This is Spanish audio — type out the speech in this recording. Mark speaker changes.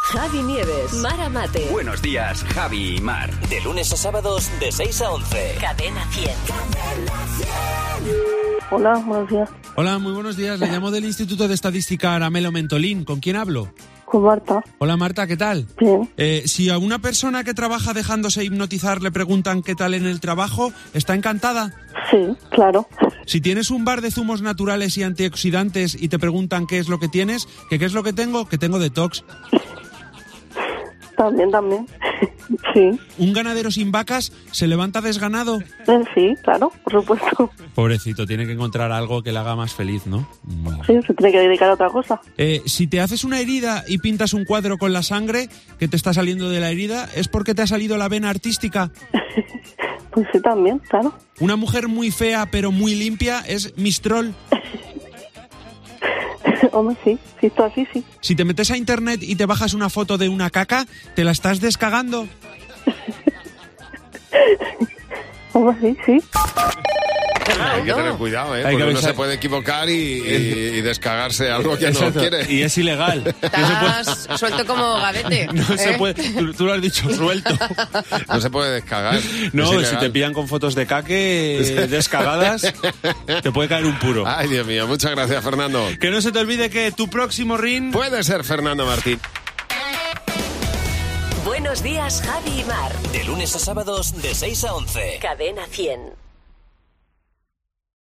Speaker 1: Javi Nieves, Mara Mate,
Speaker 2: Buenos días, Javi y Mar.
Speaker 3: De lunes a sábados de 6 a 11.
Speaker 1: Cadena 100.
Speaker 4: Hola, buenos días.
Speaker 5: Hola, muy buenos días. Le llamo del Instituto de Estadística Aramelo Mentolín. ¿Con quién hablo?
Speaker 4: Con Marta.
Speaker 5: Hola Marta, ¿qué tal?
Speaker 4: Bien.
Speaker 5: Eh, si a una persona que trabaja dejándose hipnotizar le preguntan qué tal en el trabajo, está encantada.
Speaker 4: Sí, claro.
Speaker 5: Si tienes un bar de zumos naturales y antioxidantes y te preguntan qué es lo que tienes, que qué es lo que tengo, que tengo detox.
Speaker 4: También, también. Sí.
Speaker 5: Un ganadero sin vacas se levanta desganado.
Speaker 4: Eh, Sí, claro, por supuesto.
Speaker 5: Pobrecito, tiene que encontrar algo que le haga más feliz, ¿no? Bueno.
Speaker 4: Sí, se tiene que dedicar a otra cosa.
Speaker 5: Eh, si te haces una herida y pintas un cuadro con la sangre que te está saliendo de la herida, es porque te ha salido la vena artística.
Speaker 4: Pues sí, también, claro.
Speaker 5: Una mujer muy fea pero muy limpia es Mistrol.
Speaker 4: Hombre, sí. Si está así, sí.
Speaker 5: Si te metes a internet y te bajas una foto de una caca, te la estás descagando.
Speaker 4: Hombre, sí, sí.
Speaker 6: Hay que tener cuidado, ¿eh?
Speaker 5: Hay que
Speaker 6: Porque uno
Speaker 5: avisar.
Speaker 6: se puede equivocar y, y- y descagarse algo que no
Speaker 5: Exacto.
Speaker 6: quiere.
Speaker 5: Y es ilegal. No se puede-
Speaker 7: Estás suelto como gavete.
Speaker 5: No se
Speaker 7: ¿eh?
Speaker 5: puede, tú, tú lo has dicho, suelto.
Speaker 6: No se puede descagar. Es
Speaker 5: No, si
Speaker 6: ilegal.
Speaker 5: te pillan con fotos de caque eh, descagadas, te puede caer un puro.
Speaker 6: Ay, Dios mío, muchas gracias, Fernando.
Speaker 5: Que no se te olvide que tu próximo ring...
Speaker 6: Puede ser Fernando Martín.
Speaker 1: Buenos días, Javi y Mar.
Speaker 3: De lunes a sábados de 6 a 11.
Speaker 1: Cadena 100.